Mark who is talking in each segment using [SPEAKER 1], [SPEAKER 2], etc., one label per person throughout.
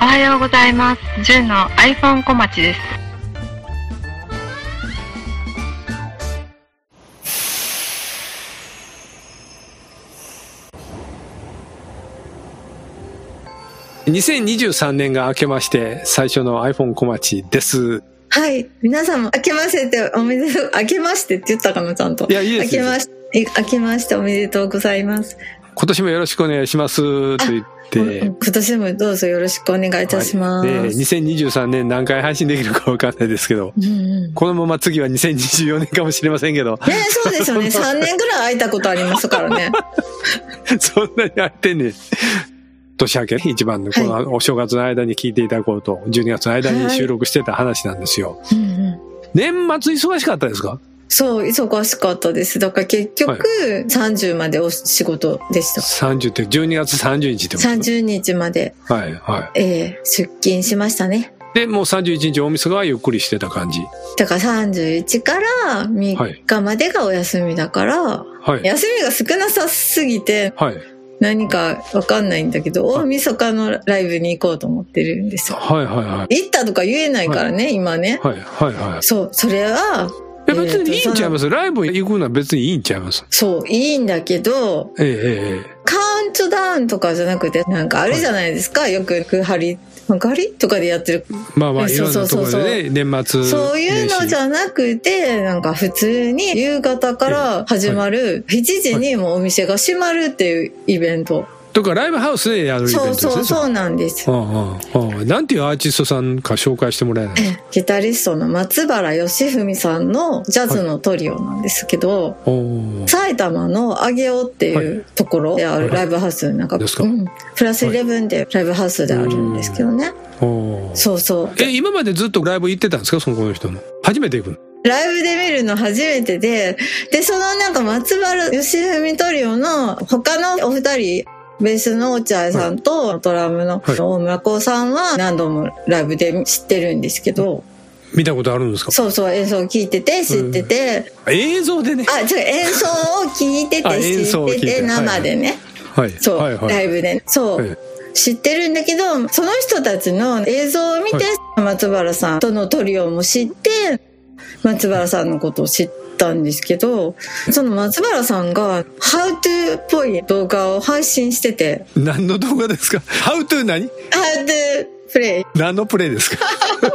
[SPEAKER 1] おはようございます。10の iPhone 小町です。
[SPEAKER 2] 2023年が明けまして、最初の iPhone 小町です。
[SPEAKER 3] はい。皆さんも、明けましてっておめでとう、明けましてって言ったかな、ちゃんと。
[SPEAKER 2] いや、いいで
[SPEAKER 3] 明
[SPEAKER 2] す
[SPEAKER 3] け
[SPEAKER 2] よ。
[SPEAKER 3] まして、え明けましておめでとうございます。
[SPEAKER 2] 今年もよろしくお願いしますと言って
[SPEAKER 3] 今、年もどうぞよろしくお願いいたします。
[SPEAKER 2] ね、2023年何回配信できるかわかんないですけど、
[SPEAKER 3] うんうん
[SPEAKER 2] このまま次は2024年かもしれませんけど、
[SPEAKER 3] ねそうです よね。3年ぐらい空いたことありますからね。
[SPEAKER 2] そんなにやってんねん年明けね一番のこのお正月の間に聞いていただこうと、12月の間に収録してた話なんですよ。
[SPEAKER 3] うんうん
[SPEAKER 2] 年末忙しかったですか
[SPEAKER 3] そう、忙しかったです。だから結局、
[SPEAKER 2] はい
[SPEAKER 3] 30までお仕事でした。
[SPEAKER 2] ?30 って、12月30日ってこと
[SPEAKER 3] 30日まで、
[SPEAKER 2] はい、は
[SPEAKER 3] えー出勤しましたね。
[SPEAKER 2] い。で、もう31日大晦日はゆっくりしてた感じ。
[SPEAKER 3] だから31から3日までがお休みだから、
[SPEAKER 2] はい。
[SPEAKER 3] 休みが少なさすぎて、
[SPEAKER 2] はい。
[SPEAKER 3] 何かわかんないんだけど、大晦日のライブに行こうと思ってるんですよ。
[SPEAKER 2] はいはいはい。
[SPEAKER 3] 行ったとか言えないからね、今ね。
[SPEAKER 2] はいはいはい。
[SPEAKER 3] そう、それは、
[SPEAKER 2] え別にいいんちゃいますライブ行くのは別にいいんちゃいます
[SPEAKER 3] そう、いいんだけど、
[SPEAKER 2] ええ
[SPEAKER 3] カウントダウンとかじゃなくて、なんかあるじゃないですか、よくくはり、がりとかでやってる。
[SPEAKER 2] ええ。まあまあ、
[SPEAKER 3] え
[SPEAKER 2] いろんなところ
[SPEAKER 3] そうそうそう
[SPEAKER 2] でね、年末年始。
[SPEAKER 3] そういうのじゃなくて、なんか普通に夕方から始まる、7時にもうお店が閉まるっていうイベント。
[SPEAKER 2] とか、ライブハウスでやるイベント
[SPEAKER 3] そ
[SPEAKER 2] で
[SPEAKER 3] う
[SPEAKER 2] すね。
[SPEAKER 3] そうそうなんです。
[SPEAKER 2] うんうんうん。なんていうアーティストさんか紹介してもらえない
[SPEAKER 3] えギタリストの松原義文さんのジャズのトリオなんですけど、
[SPEAKER 2] おー
[SPEAKER 3] 埼玉の上尾っていうところであるライブハウスなんか、
[SPEAKER 2] ですか
[SPEAKER 3] うん、プラスイレブンでライブハウスであるんですけどね、
[SPEAKER 2] おー
[SPEAKER 3] そうそう
[SPEAKER 2] え、今までずっとライブ行ってたんですかそのこの人の。初めて行くの。
[SPEAKER 3] ライブで見るの初めてででそのなんか松原義文トリオの他のお二人ベースの落合さんとドラムの
[SPEAKER 2] はい
[SPEAKER 3] 大村光さんは何度もライブで知ってるんですけど、
[SPEAKER 2] 見たことあるんですか
[SPEAKER 3] そうそう演奏聞いてて知ってて、
[SPEAKER 2] 映像でね。
[SPEAKER 3] あ違う演奏を聞いて
[SPEAKER 2] あ
[SPEAKER 3] て
[SPEAKER 2] 演
[SPEAKER 3] 知
[SPEAKER 2] 奏を聞
[SPEAKER 3] っ
[SPEAKER 2] い
[SPEAKER 3] て
[SPEAKER 2] て
[SPEAKER 3] て生でね、
[SPEAKER 2] はい。
[SPEAKER 3] そう、
[SPEAKER 2] はいは
[SPEAKER 3] ラ
[SPEAKER 2] い。
[SPEAKER 3] イブでそう、
[SPEAKER 2] はい
[SPEAKER 3] 知ってるんだけどその人たちの映像を見て、
[SPEAKER 2] は
[SPEAKER 3] 松原さんとのトリオも知って松原さんのことを知ったんですけどその松原さんが「How to」っぽい動画を配信してて
[SPEAKER 2] 何の動画ですか ?How to 何
[SPEAKER 3] 「How to」プレイ
[SPEAKER 2] 何のプレイですか How to
[SPEAKER 3] だから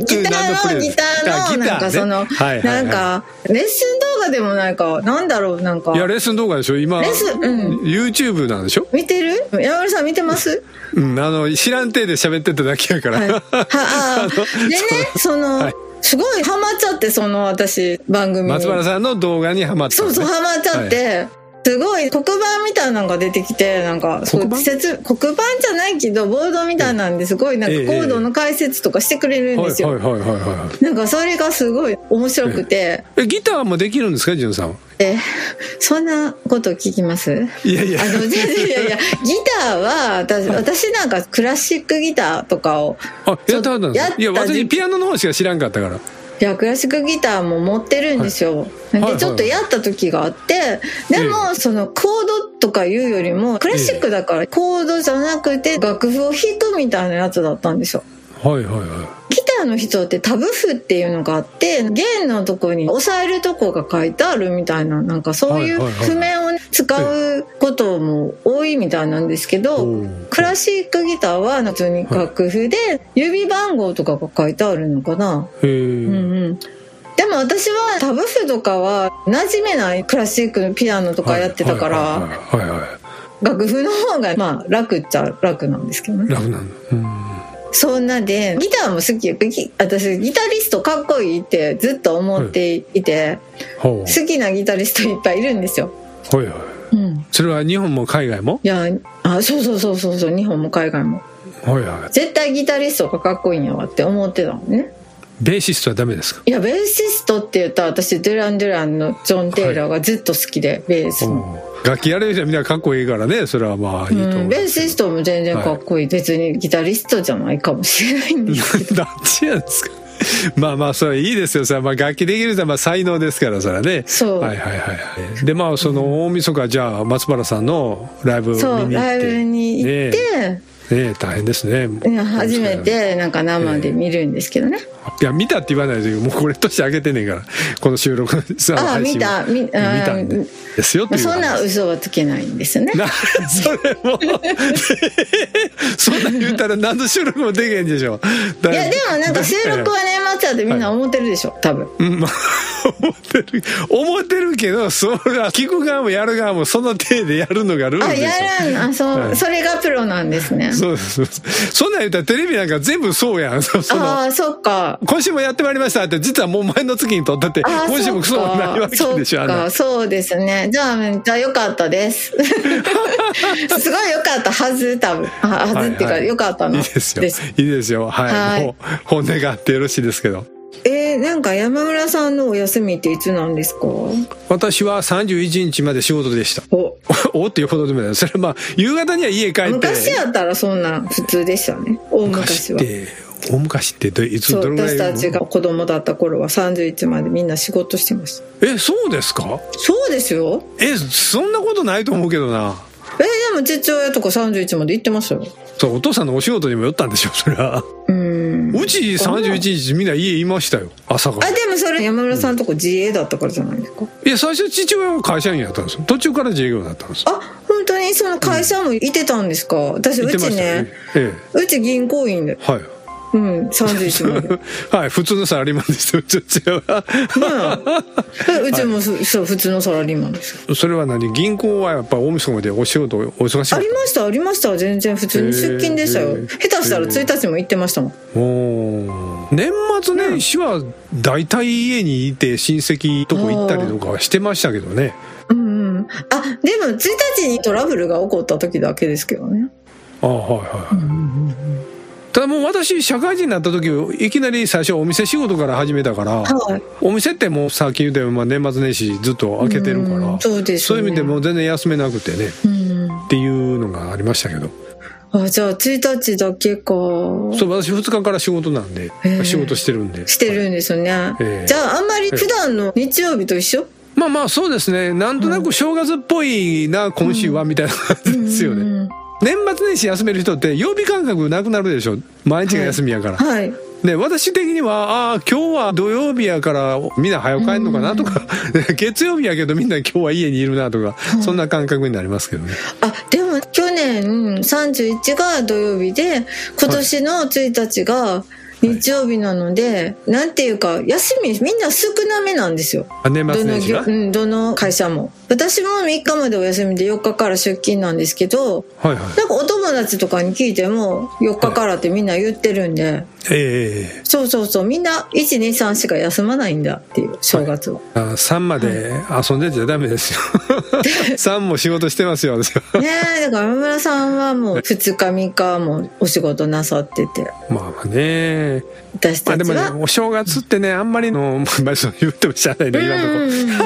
[SPEAKER 3] ギタ
[SPEAKER 2] 何のプ
[SPEAKER 3] ー
[SPEAKER 2] レ
[SPEAKER 3] の
[SPEAKER 2] イ
[SPEAKER 3] ギタ
[SPEAKER 2] あ
[SPEAKER 3] ーの
[SPEAKER 2] ギターね
[SPEAKER 3] なんかその、
[SPEAKER 2] はいはいはい
[SPEAKER 3] なんかレッスン動画でもないかなんだろうなんか
[SPEAKER 2] いや、レッスン動画でしょ今、
[SPEAKER 3] レッスンうん
[SPEAKER 2] YouTube なんでしょ
[SPEAKER 3] 見てる山村さん見てます
[SPEAKER 2] うん、あの、知らん体で喋ってただけやから。
[SPEAKER 3] はい、 はあ
[SPEAKER 2] あ
[SPEAKER 3] ー
[SPEAKER 2] の
[SPEAKER 3] でねその、
[SPEAKER 2] はい
[SPEAKER 3] すごいハマっちゃってその私番組に
[SPEAKER 2] 松原さんの動画にハマった、
[SPEAKER 3] そうそうハマっちゃって、すごい黒板みたいなのが出てきてなんかそう
[SPEAKER 2] 黒板
[SPEAKER 3] 説黒板じゃないけどボードみたいなんですごいなんか
[SPEAKER 2] ええ
[SPEAKER 3] コードの解説とかしてくれるん
[SPEAKER 2] はい
[SPEAKER 3] ですよ、
[SPEAKER 2] はいはいはいはい。
[SPEAKER 3] なんかそれがすごい面白くて、
[SPEAKER 2] え、ギターもできるんですか、じゅんさんは。
[SPEAKER 3] えそんなこと聞きます
[SPEAKER 2] いやいや
[SPEAKER 3] あ。の、いやいやいや、ギターは、私、私なんかクラシックギターとかを、
[SPEAKER 2] あ、やったことあるんです
[SPEAKER 3] やっ
[SPEAKER 2] か
[SPEAKER 3] た
[SPEAKER 2] いや、私、ピアノの方しか知らんかったから。
[SPEAKER 3] いやクラシックギターも持ってるんですよ、
[SPEAKER 2] はいはい
[SPEAKER 3] でちょっとやった時があって、でもそのコードとかいうよりもクラシックだからコードじゃなくて楽譜を弾くみたいなやつだったんですよ
[SPEAKER 2] はいはいは
[SPEAKER 3] ギターの人ってタブ譜っていうのがあって弦のとこに押さえるとこが書いてあるみたいななんかそういう
[SPEAKER 2] はいはいはい
[SPEAKER 3] 譜面をね使うことも多いみたいなんですけど、
[SPEAKER 2] おー
[SPEAKER 3] クラシックギターは普通に楽譜で指番号とかが書いてあるのかな、
[SPEAKER 2] い。へえ。
[SPEAKER 3] うんうん、でも私はタブ譜とかは馴染めないクラシックのピアノとかやってたから、
[SPEAKER 2] はいはいはいはいはい。
[SPEAKER 3] 楽譜の方がまあ楽っちゃ楽なんですけどね
[SPEAKER 2] 楽なの。うん。
[SPEAKER 3] そんなでギターも好きぎ私ギタリストかっこいいってずっと思っていて、
[SPEAKER 2] ほ
[SPEAKER 3] 好きなギタリストいっぱいいるんですよ、
[SPEAKER 2] う。はいはい。
[SPEAKER 3] うん、
[SPEAKER 2] それは日本も海外も
[SPEAKER 3] いやあそうそうそうそうそう日本も海外も
[SPEAKER 2] はいは
[SPEAKER 3] 絶対ギタリストがかっこいいんやわって思ってたのね
[SPEAKER 2] い。ベーシストはダメですか
[SPEAKER 3] いやベーシストって言ったら私デュラン・デュランのジョン・テイラーがずっと好きで、ベースの。
[SPEAKER 2] うん楽器やれる人はみんなかっこいいからね、それはまあいいと思
[SPEAKER 3] う、
[SPEAKER 2] うん
[SPEAKER 3] ベーシストも全然かっこいい、別にギタリストじゃないかもしれないんです けど
[SPEAKER 2] どっちやんですかまあまあそれはいいですよそれはまあ楽器できる人はまあ才能ですからそれはね
[SPEAKER 3] そう
[SPEAKER 2] はいはいはいはいでまあその大晦日じゃあ松原さんのライブを見
[SPEAKER 3] そう
[SPEAKER 2] に行
[SPEAKER 3] ラ
[SPEAKER 2] っ
[SPEAKER 3] イブ
[SPEAKER 2] て
[SPEAKER 3] に行って、
[SPEAKER 2] ね大変ですね。
[SPEAKER 3] いや初めてなんか生で見るんですけどね、
[SPEAKER 2] いや、見たって言わないで、もうこれ年上げてねえから、この収録のさ
[SPEAKER 3] ああ
[SPEAKER 2] 配
[SPEAKER 3] 見
[SPEAKER 2] 信も
[SPEAKER 3] た見あ
[SPEAKER 2] 見たんで
[SPEAKER 3] ー
[SPEAKER 2] ですよっていう
[SPEAKER 3] そん
[SPEAKER 2] 話。
[SPEAKER 3] な嘘はつけないんですね
[SPEAKER 2] な、それも、 そんな言うたら何の収録もできへんでしょ。
[SPEAKER 3] いやでもなんか収録は年末だってみんな思ってるでしょ多分
[SPEAKER 2] うん、まあ思ってる、思ってるけど、それが、聞く側もやる側も、その手でやるのがルール
[SPEAKER 3] あ
[SPEAKER 2] でしょ。
[SPEAKER 3] やるんあそう、
[SPEAKER 2] はい
[SPEAKER 3] それがプロなんですね
[SPEAKER 2] そうそうそう。そんなん言うたらテレビなんか全部そうやん。そその
[SPEAKER 3] ああそっか
[SPEAKER 2] 今週もやってまいりましたって、実はもう前の月に撮ったって、
[SPEAKER 3] あ
[SPEAKER 2] 今週もそうなりわけでしょ、
[SPEAKER 3] そ
[SPEAKER 2] あ
[SPEAKER 3] っ
[SPEAKER 2] の
[SPEAKER 3] か、そうですね。じゃあ、じゃあ良かった です。すごい良かったはず、多分。あはずって
[SPEAKER 2] はい
[SPEAKER 3] いうか、
[SPEAKER 2] はい
[SPEAKER 3] 良かった
[SPEAKER 2] い
[SPEAKER 3] の。
[SPEAKER 2] いですよ。いいですよ。はい。
[SPEAKER 3] はい
[SPEAKER 2] もう、本音があってよろしいですけど。
[SPEAKER 3] えー、なんか山村さんのお休みっていつなんですかお、
[SPEAKER 2] 私は31日まで仕事でした。 おおっていうほどでもない。それはまあ、夕方には家帰って。
[SPEAKER 3] 昔やったらそんなん普通でしたね。大
[SPEAKER 2] 昔
[SPEAKER 3] 昔
[SPEAKER 2] っ
[SPEAKER 3] は。
[SPEAKER 2] て、大昔ってどいつ
[SPEAKER 3] そ
[SPEAKER 2] ど
[SPEAKER 3] う、
[SPEAKER 2] れぐら
[SPEAKER 3] 私
[SPEAKER 2] い
[SPEAKER 3] たちが子供だった頃は31までみんな仕事してました。
[SPEAKER 2] え、そうですか
[SPEAKER 3] そうですよ。
[SPEAKER 2] え、そんなことないと思うけどな。
[SPEAKER 3] えー、でも父親とか31まで行ってましたよ。
[SPEAKER 2] そうお父さんのお仕事にもよったんでしょ、それは。
[SPEAKER 3] うーん。
[SPEAKER 2] うち31日みんな家いましたよ、朝か
[SPEAKER 3] あ、
[SPEAKER 2] ら。
[SPEAKER 3] でもそれ山村さんとこ自営だったからじゃないですか。
[SPEAKER 2] いや、最初父親は会社員やったんですよ。途中から自営業だったんですよ。
[SPEAKER 3] あ本当にその会社もいてたんですか、私
[SPEAKER 2] 行
[SPEAKER 3] う
[SPEAKER 2] ってま
[SPEAKER 3] ち
[SPEAKER 2] したよ
[SPEAKER 3] ね
[SPEAKER 2] ね。え
[SPEAKER 3] うち銀行員で
[SPEAKER 2] え。はい。
[SPEAKER 3] うん31まで
[SPEAKER 2] はい、普通のサラリーマンでした、うちは。
[SPEAKER 3] えうちもそ、そう普通のサラリーマンです
[SPEAKER 2] それは何銀行はやっぱ大晦日までお仕事お忙しい
[SPEAKER 3] ありましたありました全然普通に出勤でした
[SPEAKER 2] へ
[SPEAKER 3] よ
[SPEAKER 2] ー
[SPEAKER 3] 下手したら1日も行ってましたもん
[SPEAKER 2] おー年末年始は大体家にいて親戚とこ行ったりとかはしてましたけどね
[SPEAKER 3] うんうんあでも1日にトラブルが起こった時だけですけどね
[SPEAKER 2] ああはいはい、ただもう私社会人になった時いきなり最初お店仕事から始めたから
[SPEAKER 3] はい
[SPEAKER 2] お店ってもうさっき言ったようにまあ年末年始ずっと開けてるか
[SPEAKER 3] う
[SPEAKER 2] ら
[SPEAKER 3] んそうです
[SPEAKER 2] そ
[SPEAKER 3] ね
[SPEAKER 2] ういう意味でもう全然休めなくてね
[SPEAKER 3] うん
[SPEAKER 2] っていうのがありましたけど
[SPEAKER 3] あじゃあ1日だけか
[SPEAKER 2] そう私2日から仕事なんで
[SPEAKER 3] へえ
[SPEAKER 2] 仕事してるんで
[SPEAKER 3] してるんですよね、
[SPEAKER 2] ええ
[SPEAKER 3] じゃああんまり普段の日曜日と一緒
[SPEAKER 2] まあまあそうですね。なんとなく正月っぽいな、今週は、みたいな感じですよね。
[SPEAKER 3] うん
[SPEAKER 2] 年末年始休める人って曜日感覚なくなるでしょ。毎日が休みやから。
[SPEAKER 3] はい
[SPEAKER 2] で、私的には、ああ、今日は土曜日やから、みんな早く帰んのかなとか、 月曜日やけどみんな今日は家にいるなとか、そんな感覚になりますけどね。
[SPEAKER 3] あでも去年31が土曜日で今年の1日が日曜日なので、なんていうか休みみんな少なめなんですよ
[SPEAKER 2] あ年
[SPEAKER 3] ど
[SPEAKER 2] 末
[SPEAKER 3] の
[SPEAKER 2] 年始
[SPEAKER 3] 業
[SPEAKER 2] が
[SPEAKER 3] う。んどの会社も私も3日までお休みで4日から出勤なんですけど
[SPEAKER 2] はいはい。
[SPEAKER 3] なんかお友達とかに聞いても4日からってみんな言ってるんで、
[SPEAKER 2] ええ
[SPEAKER 3] そうそうそうみんな123しか休まないんだっていう正月は、
[SPEAKER 2] あ3まで遊んでちゃダメですよ。3も 仕事してますよ。私は
[SPEAKER 3] ねえだから山村さんはもう2日3日もお仕事なさってて
[SPEAKER 2] まあまあね。
[SPEAKER 3] 私
[SPEAKER 2] まあで
[SPEAKER 3] たち
[SPEAKER 2] もね
[SPEAKER 3] は、
[SPEAKER 2] お正月ってね、あんまりの、まあ、そう言ってもしゃあないね、今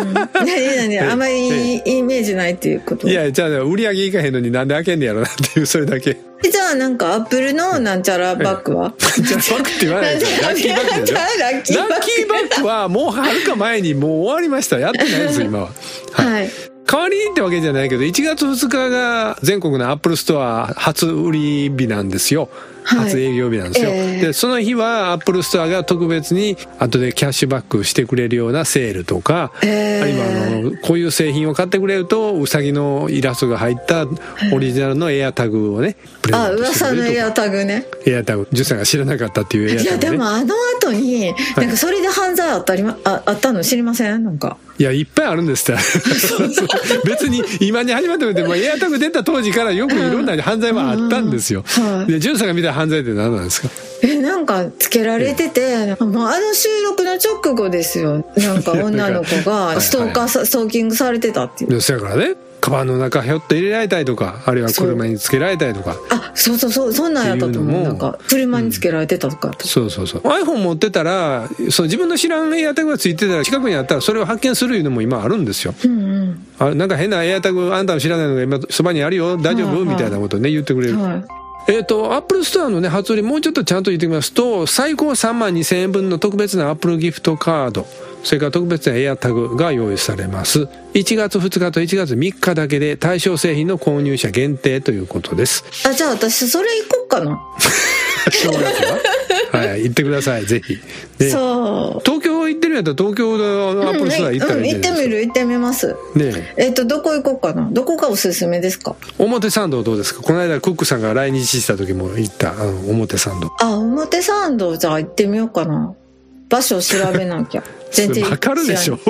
[SPEAKER 3] うん
[SPEAKER 2] のと
[SPEAKER 3] うんうん 何何あまりいいイメージないっていうこと
[SPEAKER 2] こ。いや、じゃあ、売り上げいかへんのになんで開けんねやろなっていう、それだけ。
[SPEAKER 3] えじゃあなんかアップルのなんちゃらバッグは
[SPEAKER 2] じゃあ、バックって言わないでしょ。ラッ
[SPEAKER 3] なん
[SPEAKER 2] キ
[SPEAKER 3] ち
[SPEAKER 2] ー
[SPEAKER 3] ゃ
[SPEAKER 2] バ
[SPEAKER 3] ら
[SPEAKER 2] ックでしょ。
[SPEAKER 3] ラッキーバッグ
[SPEAKER 2] ラッキーバックは、もうはるか前にもう終わりました。やってないんですよ、今は。はい。
[SPEAKER 3] はい
[SPEAKER 2] 代わりにってわけじゃないけど、1月2日が全国のアップルストア初売り日なんですよ。
[SPEAKER 3] はい
[SPEAKER 2] 初営業日なんですよ。
[SPEAKER 3] ええ
[SPEAKER 2] で、その日はアップルストアが特別に後でキャッシュバックしてくれるようなセールとか、
[SPEAKER 3] えー
[SPEAKER 2] 今あのこういう製品を買ってくれるとウサギのイラストが入ったオリジナルのエアタグをねプレ
[SPEAKER 3] あ
[SPEAKER 2] ゼントして
[SPEAKER 3] 噂
[SPEAKER 2] く
[SPEAKER 3] の
[SPEAKER 2] れ
[SPEAKER 3] エ
[SPEAKER 2] る
[SPEAKER 3] アタグね
[SPEAKER 2] とエアタグジュンさんが知らなかったっていうエ
[SPEAKER 3] いや
[SPEAKER 2] アタ
[SPEAKER 3] で
[SPEAKER 2] グ、ね
[SPEAKER 3] も、あの後になんかそれで犯罪あったりまああったの知りませんなんか
[SPEAKER 2] いやいっぱいあるん ですってそうそう別に今に始まってもでもエアタグ出た当時からよくいろんな犯罪はあったんですよ、
[SPEAKER 3] うんうんはい
[SPEAKER 2] でジュンさんが見た犯罪って何なんですか
[SPEAKER 3] えなんかつけられててもうあの収録の直後ですよなんか女の子がストーカーさストーキングされてたっていう
[SPEAKER 2] でそやからねカバンの中ひょっと入れられたりとかあるいは車につけられたりとか
[SPEAKER 3] あそうそうそうそんなんやったと
[SPEAKER 2] ってい
[SPEAKER 3] 思
[SPEAKER 2] う
[SPEAKER 3] う
[SPEAKER 2] の
[SPEAKER 3] な
[SPEAKER 2] も
[SPEAKER 3] んか車につけられてたとかやった
[SPEAKER 2] そうそうそう iPhone 持ってたらその自分の知らんエアタグがついてたら近くにあったらそれを発見するいうのも今あるんですよ
[SPEAKER 3] うんうん
[SPEAKER 2] あなんか変なエアタグあんたの知らないのが今そばにあるよ大丈
[SPEAKER 3] はいは
[SPEAKER 2] 夫
[SPEAKER 3] い
[SPEAKER 2] みたいなことね言ってくれる、
[SPEAKER 3] はい
[SPEAKER 2] えっ、とアップルストアのね初売りもうちょっとちゃんと言ってみますと最高3万2000円分の特別なアップルギフトカードそれから特別なエアタグが用意されます1月2日と1月3日だけで対象製品の購入者限定ということ です
[SPEAKER 3] あ、じゃあ私それ行こうかな。
[SPEAKER 2] 正月ははい行ってくださいぜひで
[SPEAKER 3] そ
[SPEAKER 2] 東京行ってるんやったら東京
[SPEAKER 3] う。
[SPEAKER 2] のアップルストア行った
[SPEAKER 3] う
[SPEAKER 2] ら
[SPEAKER 3] ん
[SPEAKER 2] いい
[SPEAKER 3] 行
[SPEAKER 2] んじ
[SPEAKER 3] って
[SPEAKER 2] ゃな
[SPEAKER 3] み
[SPEAKER 2] いで
[SPEAKER 3] る、行ってみます。
[SPEAKER 2] すかねえ
[SPEAKER 3] えっと、どこ行こうかな。どこがおすすめですか
[SPEAKER 2] 表参道どうですかこの間クックさんが来日した時も行ったあの表参道
[SPEAKER 3] あ、表参道じゃあ行ってみようかな。場所を調べな きゃ。全然知らな
[SPEAKER 2] わ
[SPEAKER 3] い
[SPEAKER 2] かるでしょ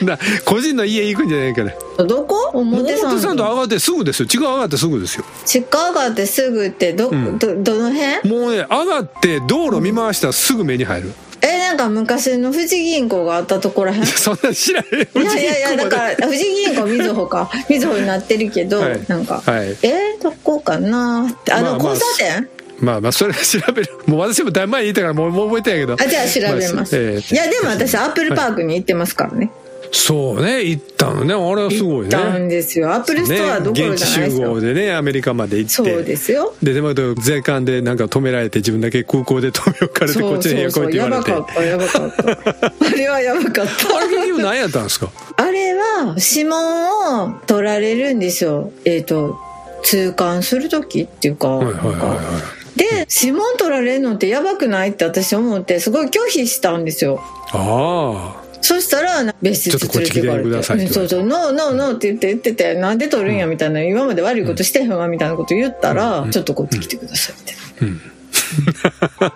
[SPEAKER 2] そんな個人の家行くんじゃないから
[SPEAKER 3] どこ表
[SPEAKER 2] 表
[SPEAKER 3] 参
[SPEAKER 2] 参道上
[SPEAKER 3] 道。
[SPEAKER 2] がってすぐですよ地下上がってすぐですよ
[SPEAKER 3] 地下がってすぐって、ど、
[SPEAKER 2] うん
[SPEAKER 3] ど、どの辺
[SPEAKER 2] もうね上がって道路見回したらすぐ目に入る、
[SPEAKER 3] え、なんか昔の富士銀行があったところ へん
[SPEAKER 2] そんな知らへん
[SPEAKER 3] いやいやいや、だから、富士銀行、みずほか。みずほになってるけど、
[SPEAKER 2] はい
[SPEAKER 3] なんか、
[SPEAKER 2] はい
[SPEAKER 3] えー、どこかなって
[SPEAKER 2] ま
[SPEAKER 3] あの、
[SPEAKER 2] あまあ
[SPEAKER 3] 交差点
[SPEAKER 2] まあまあそれは調べるもう私もだいぶ前に言ったからもうもう覚えてんやけど
[SPEAKER 3] あ、じゃあ調べます。
[SPEAKER 2] あええ
[SPEAKER 3] いや、でも私、アップルパークに行ってますからね。
[SPEAKER 2] そうね行ったのねあれはすごい
[SPEAKER 3] 行った
[SPEAKER 2] ね
[SPEAKER 3] んですよ。アップルストアどころ
[SPEAKER 2] 現
[SPEAKER 3] じ
[SPEAKER 2] 地
[SPEAKER 3] ゃない
[SPEAKER 2] 集
[SPEAKER 3] ですよ。
[SPEAKER 2] 合でねアメリカまで行って
[SPEAKER 3] そうですよ。
[SPEAKER 2] ででも税関でなんか止められて自分だけ空港で止め置かれてこ
[SPEAKER 3] そ
[SPEAKER 2] っ
[SPEAKER 3] う
[SPEAKER 2] ちへ
[SPEAKER 3] そ
[SPEAKER 2] 来いっ
[SPEAKER 3] うそう。
[SPEAKER 2] て言
[SPEAKER 3] や
[SPEAKER 2] わ
[SPEAKER 3] ば
[SPEAKER 2] れて
[SPEAKER 3] かった、やばかった。あれはやばかっ
[SPEAKER 2] あれ結局何やったんですか
[SPEAKER 3] た。あれは、指紋を取られるんですよ。えっ、と、通関するときっていうか、
[SPEAKER 2] はいはいはい
[SPEAKER 3] なんか
[SPEAKER 2] はい
[SPEAKER 3] で指紋取られるのってやばくないって私思ってすごい拒否したんですよ
[SPEAKER 2] あ
[SPEAKER 3] そしたら別室連れて行かれ
[SPEAKER 2] ちょっとこっち来てください
[SPEAKER 3] て
[SPEAKER 2] っ
[SPEAKER 3] う
[SPEAKER 2] て
[SPEAKER 3] んそうそう「ノーノーノー」って言って言ってて「なんで取るんや」みたいな「今まで悪いことしてへんわ」みたいなこと言ったら「ちょっとこっち来てください」って
[SPEAKER 2] あ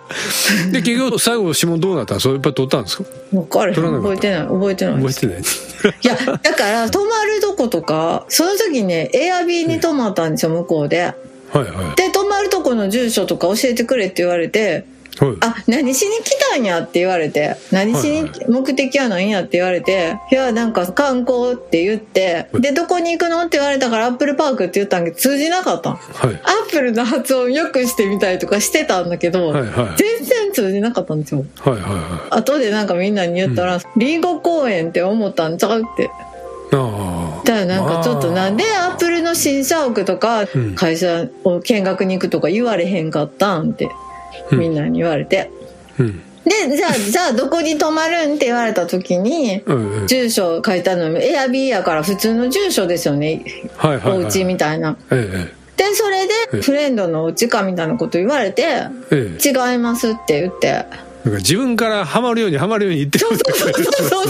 [SPEAKER 2] で結局最後指紋どうなったんそれやっぱり取ったんですか
[SPEAKER 3] 分かれへん
[SPEAKER 2] 取らなか
[SPEAKER 3] 覚
[SPEAKER 2] っ
[SPEAKER 3] えてない覚えてない
[SPEAKER 2] 覚
[SPEAKER 3] で
[SPEAKER 2] え
[SPEAKER 3] す
[SPEAKER 2] てない
[SPEAKER 3] いやだから泊まるとことかその時ねエアビーに泊まったんですよ向こうで
[SPEAKER 2] はいは
[SPEAKER 3] で泊まるとこの住所とか教えてくれって言われて
[SPEAKER 2] いはい
[SPEAKER 3] あ何しに来たんやって言われて何し
[SPEAKER 2] は
[SPEAKER 3] に
[SPEAKER 2] い
[SPEAKER 3] 目的は何やって言われていやなんか観光って言ってでどこに行くのって言われたからアップルパークって言ったんやけど通じなかったの
[SPEAKER 2] はい
[SPEAKER 3] アップルの発音よくしてみたりとかしてたんだけど、
[SPEAKER 2] はいはい
[SPEAKER 3] 全然通じなかったんですよ
[SPEAKER 2] はいはいは
[SPEAKER 3] 後でなんかみんなに言ったら、リンゴ公園って思ったんちゃうって
[SPEAKER 2] いああ
[SPEAKER 3] だからなんかちょっとなんで
[SPEAKER 2] ま
[SPEAKER 3] アップルの新社屋とか
[SPEAKER 2] ん
[SPEAKER 3] 会社を見学に行くとか言われへんかったんって
[SPEAKER 2] うん
[SPEAKER 3] みんなに言われて。
[SPEAKER 2] あうん
[SPEAKER 3] で、じゃあ、じゃあ、どこに泊まるんって言われた時に、
[SPEAKER 2] うんうん
[SPEAKER 3] 住所書いたの、エアビーやから普通の住所ですよね。
[SPEAKER 2] はいはいは
[SPEAKER 3] お
[SPEAKER 2] い
[SPEAKER 3] 家みたいな。
[SPEAKER 2] ええ
[SPEAKER 3] で、それ
[SPEAKER 2] え
[SPEAKER 3] で、フレンドのお家かみたいなこと言われて、
[SPEAKER 2] ええ
[SPEAKER 3] 違いますって 言って。
[SPEAKER 2] なんか自分からハマるようにハマるように言ってる
[SPEAKER 3] そうそうそう そうそう。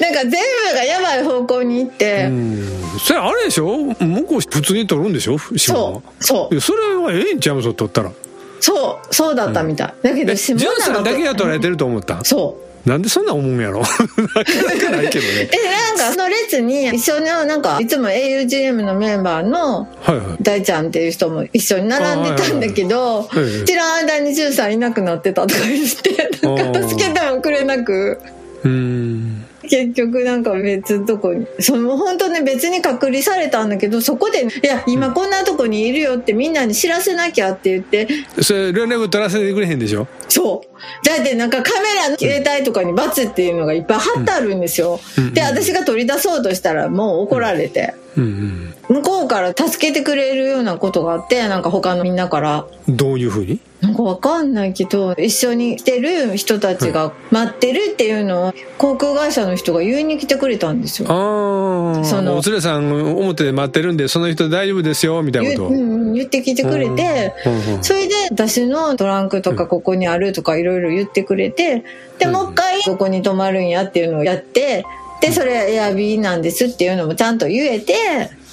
[SPEAKER 3] なんか全部がやばい方向に行って、
[SPEAKER 2] うんそれあれでしょ向こう普通に取るんでしょ指紋はい
[SPEAKER 3] そう、そ、
[SPEAKER 2] うやそれはええんちゃいますよ取ったら
[SPEAKER 3] そう、そうだったみたい。だけど、
[SPEAKER 2] え
[SPEAKER 3] 指
[SPEAKER 2] ジュン
[SPEAKER 3] 紋なんか
[SPEAKER 2] さんだけが取られてると思った
[SPEAKER 3] そう。
[SPEAKER 2] なんでそんな思うん やろなかなかないけどね
[SPEAKER 3] で、なんかその列に一緒の、なんか、いつも augm のメンバーの、
[SPEAKER 2] はいはい
[SPEAKER 3] 大ちゃんっていう人も一緒に並んでたんだけど、
[SPEAKER 2] いはいはい
[SPEAKER 3] 知らん間にジュンさんいなくなってたとか言ってなんか
[SPEAKER 2] あー
[SPEAKER 3] 助けてもくれなく
[SPEAKER 2] うーん
[SPEAKER 3] 結局なんか別のとこにその本当ね別に隔離されたんだけどそこで「いや今こんなとこにいるよ」ってみんなに知らせなきゃって言って
[SPEAKER 2] それ連絡取らせてくれへんでしょ
[SPEAKER 3] そうだってなんかカメラの携帯とかにバツっていうのがいっぱい貼ってあるんですよ、
[SPEAKER 2] うん
[SPEAKER 3] で私が取り出そうとしたらもう怒られて。
[SPEAKER 2] うん
[SPEAKER 3] 向こうから助けてくれるようなことがあってなんか他のみんなから
[SPEAKER 2] うんどういうふうに
[SPEAKER 3] なんかわかんないけど一緒に来てる人たちが待ってるっていうのを航空会社の人が言いに来てくれたんですよ。
[SPEAKER 2] ああ
[SPEAKER 3] その
[SPEAKER 2] お連れさん表で待ってるんでその人大丈夫ですよみたいな
[SPEAKER 3] 言
[SPEAKER 2] こと
[SPEAKER 3] ううん言ってきてくれて
[SPEAKER 2] うんうん
[SPEAKER 3] それで私のトランクとかここにあるとかいろいろ言ってくれてで
[SPEAKER 2] うん
[SPEAKER 3] もう一回ここに泊まるんやっていうのをやってでそれエアビーなんですっていうのもちゃんと言えて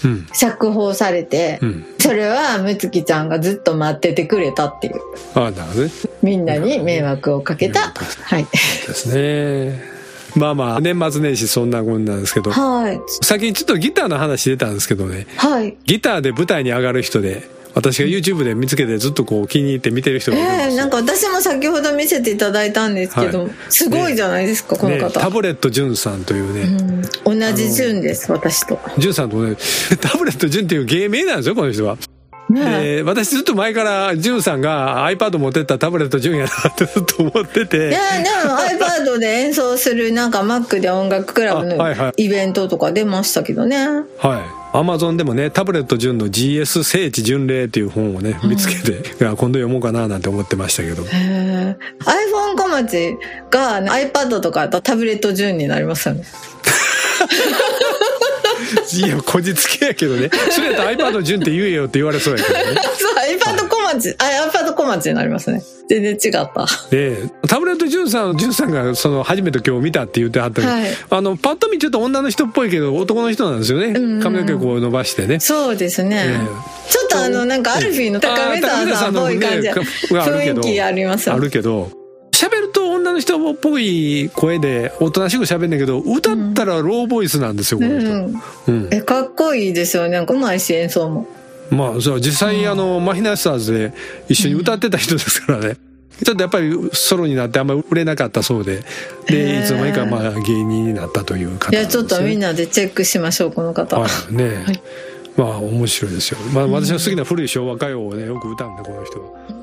[SPEAKER 2] うん
[SPEAKER 3] 釈放されて
[SPEAKER 2] うん
[SPEAKER 3] それはむつきちゃんがずっと待っててくれたっていう
[SPEAKER 2] ああなるほどね
[SPEAKER 3] みんなに迷惑をかけたはい。
[SPEAKER 2] ですねまあまあ年末年始そんなこんなんですけど
[SPEAKER 3] はい
[SPEAKER 2] 先にちょっとギターの話出たんですけどね
[SPEAKER 3] はい
[SPEAKER 2] ギターで舞台に上がる人で私が YouTube で見つけてずっとこう気に入って見てる人がいるんです
[SPEAKER 3] え
[SPEAKER 2] よ
[SPEAKER 3] えなんか私も先ほど見せていただいたんですけど、
[SPEAKER 2] はい
[SPEAKER 3] すごいじゃないですか、この
[SPEAKER 2] ねタ
[SPEAKER 3] 方、
[SPEAKER 2] ブレット淳さんというね、
[SPEAKER 3] うん、同じ順です私と
[SPEAKER 2] 淳さんとね、タブレット淳っていう芸名なんですよ、この人は。
[SPEAKER 3] ね
[SPEAKER 2] で私ずっと前からジュンさんが iPad 持ってったらタブレットジュンやなってずっと思って
[SPEAKER 3] い
[SPEAKER 2] て
[SPEAKER 3] や、でも iPad で演奏するなんか Mac で音楽クラブ
[SPEAKER 2] あはいは
[SPEAKER 3] のイベントとか出ましたけどね。
[SPEAKER 2] はいアマゾンでもね「タブレットジュンの GS 聖地巡礼」っていう本をね見つけて、いや今度読もうかななんて思ってましたけ ど
[SPEAKER 3] へえ iPhone 小町が iPad とかだとタブレット順になりますよね。
[SPEAKER 2] いやこじつけやけどねそれやったら iPad ジュンって言えよって言われそうやけどね
[SPEAKER 3] そう、iPad 小町、あ、iPad 小町になりますね。全然違った。
[SPEAKER 2] でタブレットジュンさんジュンさんがその初めて今日見たって言ってはったけど、
[SPEAKER 3] はい
[SPEAKER 2] あのパッと見ちょっと女の人っぽいけど男の人なんですよね
[SPEAKER 3] うんうん
[SPEAKER 2] 髪の毛こう伸ばしてね
[SPEAKER 3] そうですね。
[SPEAKER 2] ええ
[SPEAKER 3] ちょっとあの、なんかアルフィーの高見沢さんっぽい感じ。
[SPEAKER 2] あ高見沢さんのね
[SPEAKER 3] 雰囲気ありますよ
[SPEAKER 2] あ
[SPEAKER 3] ね
[SPEAKER 2] るけど喋ると女の人っぽい声でおとなしく喋るんだけど歌ったらローボイスなんですよ、この人、
[SPEAKER 3] うん。
[SPEAKER 2] うん
[SPEAKER 3] え、かっこいいですよね。なんかうまいし、演奏も。
[SPEAKER 2] まあそう実際あの、マヒナスターズで一緒に歌ってた人ですからね、ちょっとやっぱりソロになってあんまり売れなかったそうで
[SPEAKER 3] へ
[SPEAKER 2] でい
[SPEAKER 3] え
[SPEAKER 2] つの間にかまあ芸人になったという方
[SPEAKER 3] いや、ちょっとみん
[SPEAKER 2] な
[SPEAKER 3] なでチェックしましょう、この方。
[SPEAKER 2] はいね、
[SPEAKER 3] はい
[SPEAKER 2] まあ面白いですよ、まあ、私の好きな古い昭和歌謡をねよく歌うんでこの人は。